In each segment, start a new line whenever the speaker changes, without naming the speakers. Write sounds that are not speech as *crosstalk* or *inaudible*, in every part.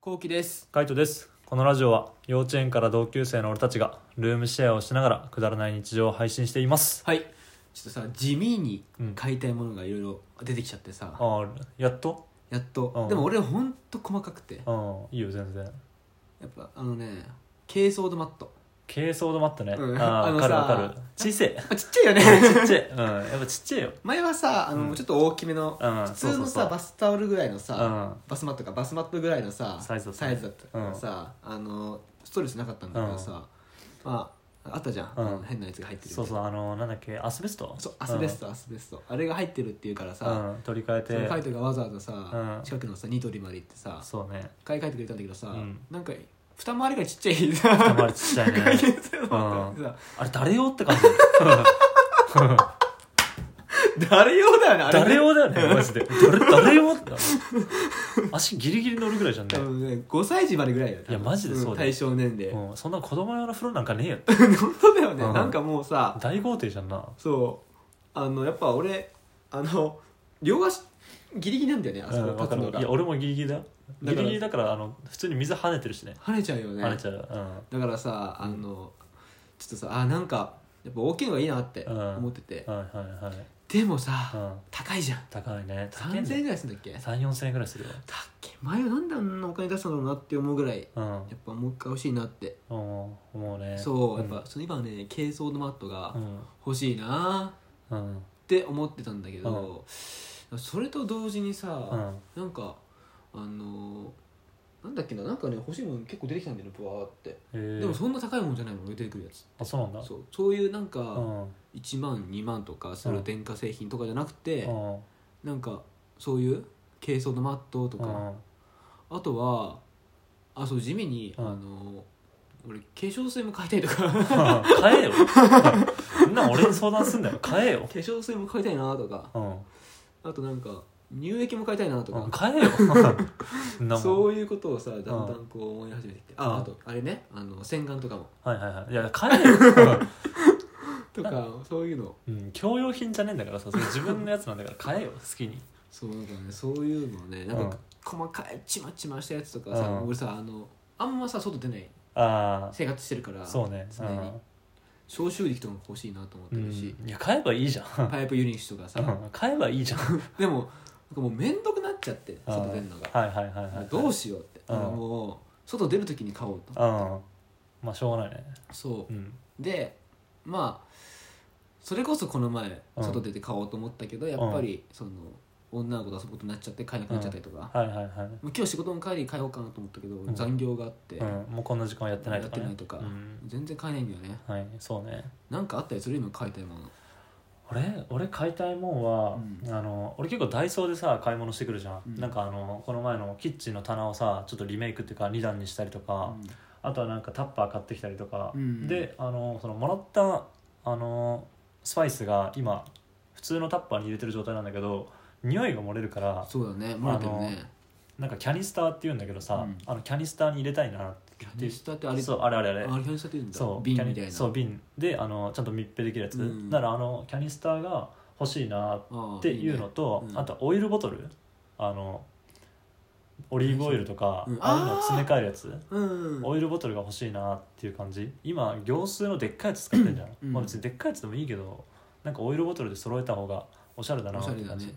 こうきです。
カイトですこのラジオは幼稚園から同級生の俺たちがルームシェアをしながらくだらない日常を配信しています
はい。ちょっとさ、地味に
うん
買いたいものがいろいろ出てきちゃってさ、
ああやっと
やっと、
うん
でも俺ほんと細かくて、や
うんいいよ全然
っぱあのね、軽装ドマット。
軽装でもあったね、
うん
あ
あ
あ
の
わ
さ
かるわかる小せ
*laughs*
え
あ、ちっちゃいよね。
ちっちゃいうんやっぱちっちゃいよ
*laughs* 前はさ、あの、
うん
ちょっと大きめの、
うん
普通の
そうそうそ
さ、
う
バスタオルぐらいの
う
さ、
ん
バスマットか、バスマットぐらいのさ、
サイズだったね
だったからさ、あの、ストレスなかったんだけどさ、まあ、あったじゃん。
うん
あの変なやつが入ってる。
そうそうあのなんだっけアスベスト
そうアスベスト、アスベスト。あれが入ってるっていうから
うん、
さ、
うん取り替
そ
え
のカイ
て
トがわざわざ
う
さ
ん、
近くのさ、ニトリまで行ってさ、
そうね
買い替えてくれたんだけどさ、
うん
なんか二回りぐらいちっちゃい二
二回りちっ
*laughs*
ちゃいね
回りするのってさ
あれ誰用って
*laughs*
感じ
誰用だよねあれね
誰用だよねマジで誰誰
*laughs*
用って足ギリギリ乗るぐらいじゃんね
多分ね5歳児までぐらいだよ多分
いやマジでそうだよ
ん対象年齢、
うん、そんな子供用の風呂なんかねえよ
*laughs* 本当だよね、
うん
なんかもうさ
大豪邸じゃんな
そうあのやっぱ俺あの両足ギリギリなんだよねあそ
うん
こ
わか
立つの
る
が
いや俺もギリギリだよ
だ
ギ
から
リギリだからあの普通に水跳ねてるしね
跳ねちゃうよね
跳ねちゃう、
だからさあの、ちょっとさあなんかやっぱ大きいのがいいなって
うん
思ってて、
うんはいはいはい、
でもさ、
うん、
高いじゃん
高いね高いん
3000
だ
円
よ
ぐらいするんだっけだっ
3 4千円ぐらいするよ
け前はなんであんなお金出したんだろうなって思うぐらい
うん
やっぱもう一回欲しいなって
思う思うね
そうやっ
ん
ぱ、その今はね軽装のマットが
うん
欲しいな
うん
って思ってたんだけど、それと同時に
う
さ、
ん
なんかあのーなんだっけななんかね欲しいもの結構出てきたんだよねブワーって、
えー、
でもそんな高いもんじゃないもん出てくるやつ
あそうなんだ
そうそういうなん
う
か
ん
1万2万とかする電化製品とかじゃなくて、
うん
なんかそういう軽装のマットと
う
か、
ん
あとはあそう地味に、
うん
あの俺化粧水も買いたいとか *laughs* 化
*laughs* 買えよそんなん俺に相談すんなよ買えよ、
粧水も買いたいなとか
うん
あとなんか乳液も買いたいなと
うん、
か、
買えよそんなもん
そういうことをさだんだんこう思い始めてきて、
う
あ
ん
あとあれねあの洗顔とかも
はいはいはいいや買えよ
とかそういうの
うん、教養品じゃねえんだからさそれ自分のやつなんだから買えよ *laughs* 好きに
そうなんかねそういうのをねなんか細かいちまちましたやつとかさ、
うん
俺さあのあんまさ外出ない
あ
生活してるから
あそうね
常に消臭力とかも欲しいなと思っ
う
て
ん、
るし、
いや買えばい
*laughs*
いじゃん
パイプユニッシュとかさ、
うん *laughs* 買えばいいじゃん
でもなんかもう面倒くなっちゃって
うん
外出るのが
はいはいはいはい
どうしようって、
うん
あのもう外出る時に買おうと
うんまあしょうがないね
そ
うん
うでまあそれこそこの前
うん
外出て買おうと思ったけど、やっぱりその女の子と遊ぶことになっちゃって買えなくなっちゃったりとか、
はいはいはい、
もう今日仕事の帰り買おうかなと思ったけど、
ん
残業があって、
うん、もうこんな時間はやってないとか、
や
ね、
ってないとか
うん、
全然買えないんだよね
はいそうね
なんかあったりする今買いたいもの
俺俺買いたいもんは、
う
あの俺結構ダイソーでさ買い物してくるじゃん、
うん
なんかあのこの前のキッチンの棚をさちょっとリメイクっていうか2段にしたりとか、あとはなんかタッパー買ってきたりとか、
うん
であのそのもらったあのスパイスが今普通のタッパーに入れてる状態なんだけど匂いが漏れるか
うん
ら
そうだねもらってるね
なんかキャニスターっていうんだけどさ、
うん
あのキャニスターに入れたいなって
キャニスターってあれ
そうあれあれあれ
あれキャニスターって言うんだ
そう
瓶みたい
キャ
な
ニそう瓶であのちゃんと密閉できるやつ、
うん
だからあのキャニスターが欲しいなっ
ああ
ていうのと
いいねうん
あとはオイルボトルあのオリーブオイルとか、
うん
ああいうのを詰め替えるやつ、
うんうん
オイルボトルが欲しいなっていう感じ今業数のでっかいやつ使ってるじゃん、
うん
まあ、別にでっかいやつでもいいけどなんかオイルボトルで揃えた方がおしゃれだな
お
っ
しゃ
て
れだ
感じ、
ね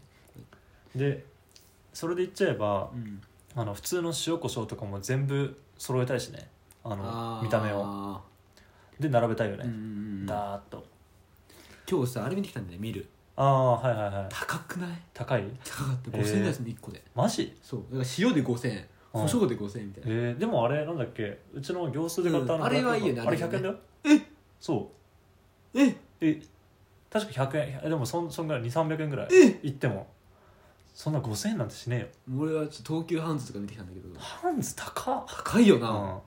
でそれで言っちゃえば
うん
あの普通の塩コショウとかも全部揃えたいしねあの見た目を
を
で並べたいよ
うんうん
ね、
うん
だーっと
今日さあれ見てきたんだよ見る
ああはいはいはい
高くない
高い
高かった
へえ
5000円ぐらいする1個で
マジ
そうだから塩で5000円
うん
胡椒で5000円みたいな
えー、でもあれなんだっけうちの業数で買ったあの、
うんあれはいいよね
あれ
あれ
100円だよえそう
え
え確か100円えでもそんそんぐらい2300円ぐらい
え
行ってもそんな5000円なんてしねえよ
俺はちょっと東急ハンズとか見てきたんだけど
ハンズ高っ
高いよ
うん
な、
は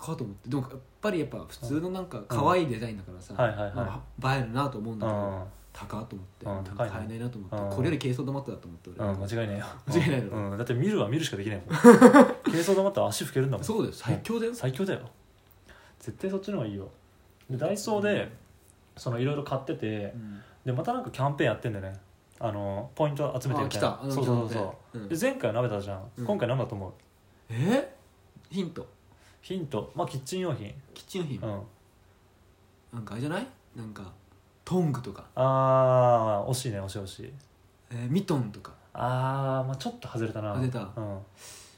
高いと思ってでもやっぱりやっぱ普通のなんか可愛いデザインだからさ、
いはいはい、
まあ、映えるなと思うんだけど高いと
う
思
ん
って
高いね
買えないなと思
うん
ってこれより軽装止まっただと思って
うん、
俺
うん、間違いないよ
間違いないだろ
うん、だって見るは見るしかで
*laughs*
きないもん軽装がまったら足拭けるんだもん
そうだよ最強だよ
最強だよ絶対そっちの方がいいよでダイソーでそのいろいろ買ってて
うん
でまたなんかキャンペーンやってんだよねあのポイント集めて
あ
みた
来
い
た
な
あの
そうそうそう
うん
で前回は鍋だじゃん、
うん
今回何だと思う
ええヒント
ヒントまあキッチン用品
キッチン用品、
うん
なんかあれじゃないなんかトングとか、
あー惜しいね惜しい惜しい
えーミトンとか
あー、まあちょっと外れたな
外れた
うん、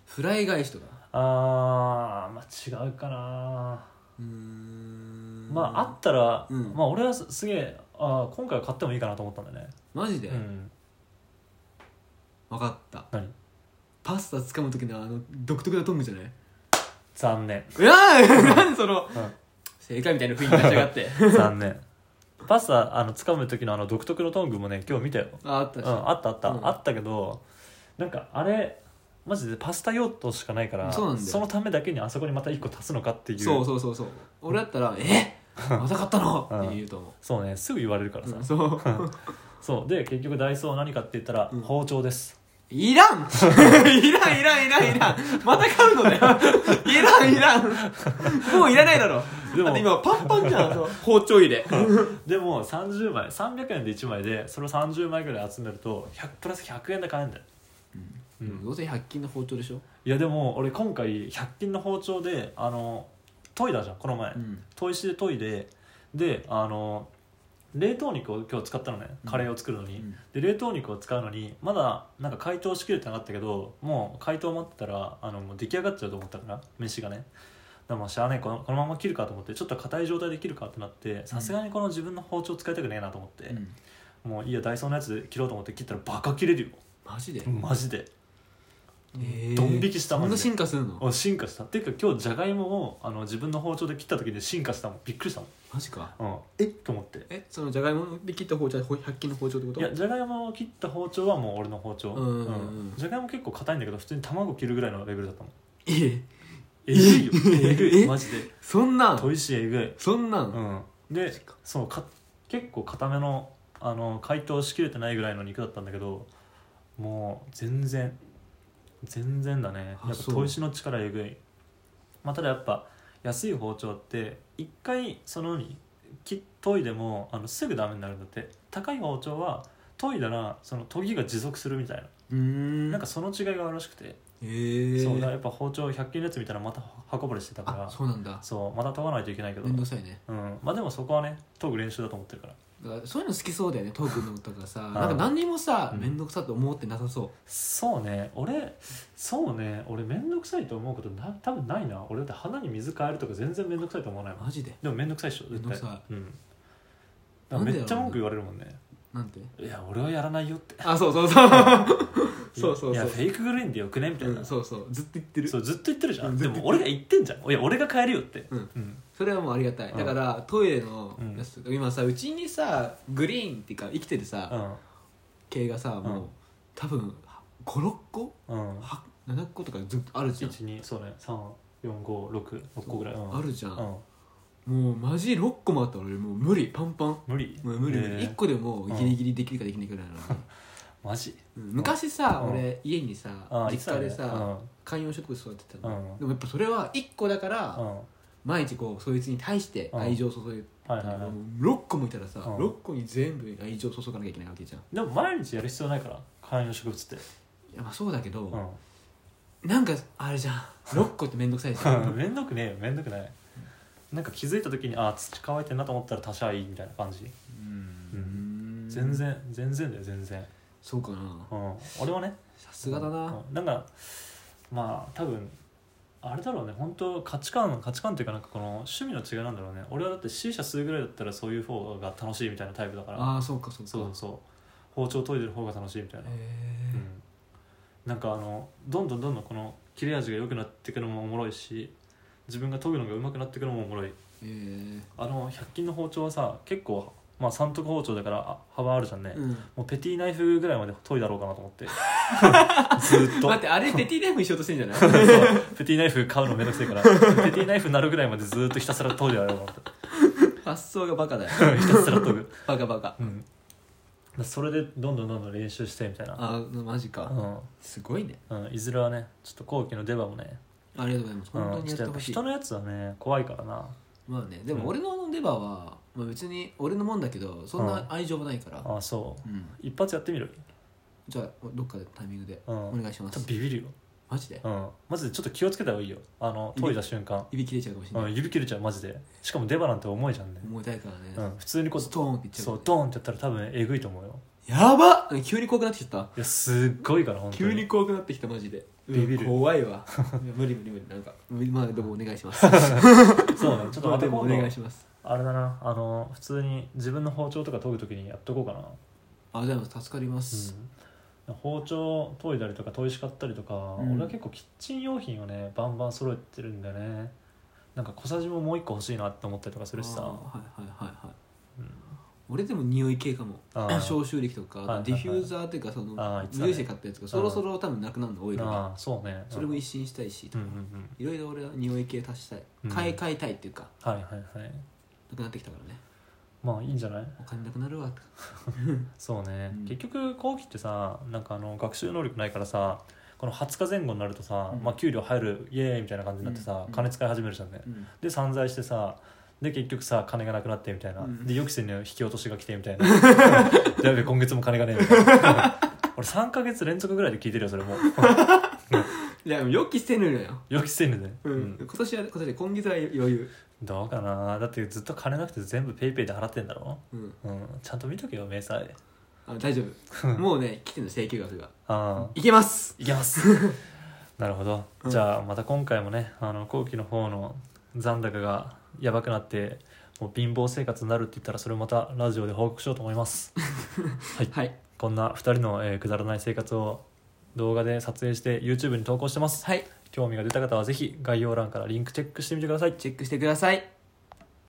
フライ返しとか
あーまあ違うかな
うーん
まああったら、
うん
まあ俺はすすげえあー今回は買ってもいいかなと思ったんだよね、
マジで、
うん、
分かった
何
パスタ掴む時のあの独特なトングじゃない
残念
うわー *laughs* 何その、
うん
正解みたいな雰囲気出しやがって
残念 *laughs* パスタあの掴む時のあの独特のトングもね今日見たよ、
ああった
う
し、
ん、あったあった、
うん
あったけどなんかあれマジでパスタ用途しかないから
そうなんだよ
のためだけにあそこにまた1個足すのかっていう
そうそうそうそう俺だったら「えまた買ったの?」って言うと思
そうねすぐ言われるから
う、
さ、
うんそう
そうで結局ダイソーは何かって言ったら、
うん
包丁です
いらんいらんいらんいらんいらんまた買うの *laughs* ねいらんいらんもういらないだろ
で
だっ
も
て今パンパンじゃんそう包丁入れ
でも30枚300円で1枚でそれを30枚ぐらい集めると100プラス100円で買えるんだよ、うん
どうせ100均の包丁でしょ、
いやでも俺今回100均の包丁であの研いだじゃんこの前、
うん
砥石で研いでであの冷凍肉を今日使ったのねカレーを作るのに、で冷凍肉を使うのにまだなんか解凍しきれてなかったけどもう解凍待ってたらあのもう出来上がっちゃうと思ったから飯がねだからもうしゃあねえこのこのまま切るかと思ってちょっと硬い状態で切るかってなってさすがにこの自分の包丁使いたくねえなと思って、
うん
もういいやダイソーのやつで切ろうと思って切ったらバカ切れるよ
マジで、
マジで
えー
ドン引きした
そ
マ
んな
ジで
進化するの
お進化したっていうか今日じゃがいもをあの自分の包丁で切った時に進化したもんびっくりしたもん
マジか
うん、えっと思って
えそのじゃがいもで切った包丁はほ100均の包丁ってこと
いやじゃがいもを切った包丁はもう俺の包丁
うんうんうん
じゃがいも結構硬いんだけど普通に卵切るぐらいのレベルだったもん
いえ
えぐいよ
え
えぐ
え
いマジで
そんなん
砥石えぐい
そんなん、
うん
マ
で
ジか
そうか結構硬めのあの解凍しきれてないぐらいの肉だったんだけどもう全然全然だね
あ
やっぱ
そう
砥石の力えぐいまあただやっぱ安い包丁って一回そのに切っ研いでもあのすぐダメになるんだって高い包丁は研いだらその研ぎが持続するみたいな、
うーん
なんかその違いがあるらしくて、
ええ
そうだからやっぱ包丁100均のやつみたいなのまた運ばれしてたから
あそうなんだ
そうまた研がないといけないけど
面倒くさいね
うん、まあでもそこはね研ぐ練習だと思ってるから
だからそういうの好きそうだよねトークのとかさ
ん
なんか何にもさ
うん
面倒くさと思ってなさそ
そうね俺そうね俺面倒くさいと思うことな多分ないな俺だって花に水変えるとか全然面倒くさいと思わないうもん
マジで
でも面倒くさいでしょ絶対
面倒くさ
うんだからめっちゃ文句言われるもんね
なんて
いや俺はやらないよって
あそうそうそう *laughs* そうそう
いや
そ
フェイクグリーンでよくねみたいうな、
うんそうそうずっと言ってる
そうずっと言ってるじゃん、
うんず
で
っと言ってる
も俺が言ってんじゃんいや俺が変えるよって
うん
うん
それはもうありがたい
うん
だからトイレの
うん
やつとか今さうちにさグリーンっていうか生きてる
う
さ
ん
系がさも
う
う多分56個
うん
は7個とかずっとあるじゃん
12そうね3456個ぐらい、うん、
あるじゃん
うん
もうマジ6個もあったら俺もう無理パンパン
無理
もう無理無
ね
理
え
1個でもギリギリできるかできないかぐらいなの
マジ
うん昔さ
うん
俺家にさ
ああ
実家でさ
うん
観葉植物育ててた
うん
のでもやっぱそれは1個だから
うん
毎日こうそいつに対して愛情を注いで
はいはいは
6個もいたらさ
うん
6個に全部愛情を注がなきゃいけないわけじゃん
い、でも毎日やる必要ないから観葉植物って、
いやまあそうだけど
う
なんかあれじゃん6個って面倒くさいじゃ
ん、 *laughs*
ん
めんどくねえよめんどくないなんか気づいた時にあー土乾いてんなと思ったら他社いいみたいな感じ、
うん
全然全然だよ全然、
そうかな
うん、俺はね
さすがだな、
うんなんかまあ多分あれだろうね本当価値観価値観っていうかなんかこの趣味の違いなんだろうね俺はだって C 社するぐらいだったらそういう方が楽しいみたいなタイプだから
ああそうかそうか
そうそう包丁研いでる方が楽しいみたいな
へ
うんなんかあのどんどんどんどんこの切れ味が良くなっていくのもおもろいし自分が研ぐのが上手くなっていくのもおもろい
えへ
あの100均の包丁はさ結構まあ三徳包丁だからあ幅あるじゃんね、
えうん
もうペティナイフぐらいまで研いだろうかなと思って
*laughs*
ずーっと
待ってあれペティナイフにしようとしてんじゃない
*laughs* そうペティナイフ買うのめんどくせえからペティナイフになるぐらいまでずーっとひたすら研いでやろうかなと
発想がバカだよ
思って *laughs* ひたすら研ぐ、
バカバカ
うん、だからそれでどんどんどんどん練習してみたいな、
あーマジか、
うん
すごいね
うん、いずれはねちょっと後期の出番もね
ありがとうございます本当
うん
にやっ
ちょってとやっ
ほ
ぱ
しい、
人のやつはね怖いからな
まあねで
うん
も俺の出番は、まあ、別に俺のもんだけどそんな愛情はないから、
あそう
うん
一発やってみる
じゃあどっかでタイミングで
うん
お願いしま
多
す
分ビビるよ
マジで
うんマジでちょっと気をつけた方がいいよあの研いだ瞬間、
指切れちゃうかもしれ
う
ない、
ん、指切れちゃうマジでしかもデバなんて重いじゃんね、
重たいからね、
うん、普通にこう
ストーンっていっちゃう
そうドーンってやったら多分えぐいと思うよ
やばっ急に怖くなってきちゃった
いやすっごいから本当
急
に
に怖くなってきたマジで
ビビる
うん怖い
*laughs*
わいや無理無理無理なんか無理まあでもお願いします *laughs*
そうねちょっ
ま
と
あ
また
でもお
今
願い
度
します
あれだなあの普通に自分の包丁とか研ぐ時にやっとこうかな
あじゃあ助かります、
うん、包丁研いだりとか砥石買ったりとか、
うん
俺は結構キッチン用品をねバンバン揃えてるんだよねなんか小さじももう一個欲しいなって思ったりとかするし
あー
さ
はいはいはいはい
うん
俺でも匂い系かも
あー
消臭力と
はいはいは
か
い
ディフューザーっていうかその
あー言ってたね
無印で買ったやつがそろそろ多分なくなるの多いから
ああそうね
それも一新したいし
うんうんうん
いろいろ俺は匂い系足したい
うん
買い替えたいっていうか
はいはいはい
なくなってきたからね
まあいいんじゃない
お金なくなるわとか
そうね、
うん
結局後期ってさなんかあの学習能力ないからさこの20日前後になるとさ、
うん
まあ、給料入るイエーイみたいな感じになってさ、
うん
金使い始めるじゃんね、
うん
で散財してさで結局さ金がなくなってみたいな、
うん
で予期せぬ引き落としが来てみたいな *laughs* でやべえ今月も金がねえみたいな *laughs* 俺3か月連続ぐらいで聞いてるよそれもう
いやでも予期してるのよ
予期せぬで、
うん、今年は今年で今月は余裕
どうかなだってずっと金なくて全部ペイペイで払ってんだろ、
うん
うん、ちゃんと見とけよ明細
あ大丈 *laughs* 夫もうね来てんの請求額が
ああ
いけます
いきます
*laughs*
なるほど、
うん
じゃあまた今回もねあの後期の方の残高がやばくなってもう貧乏生活になるって言ったらそれをまたラジオで報告しようと思いますはい
はい
こんな2人の、えーくだらない生活を動画で撮影して YouTube に投稿してます
はい
興味が出た方はぜひ概要欄からリンクチェックしてみてください
チェックしてください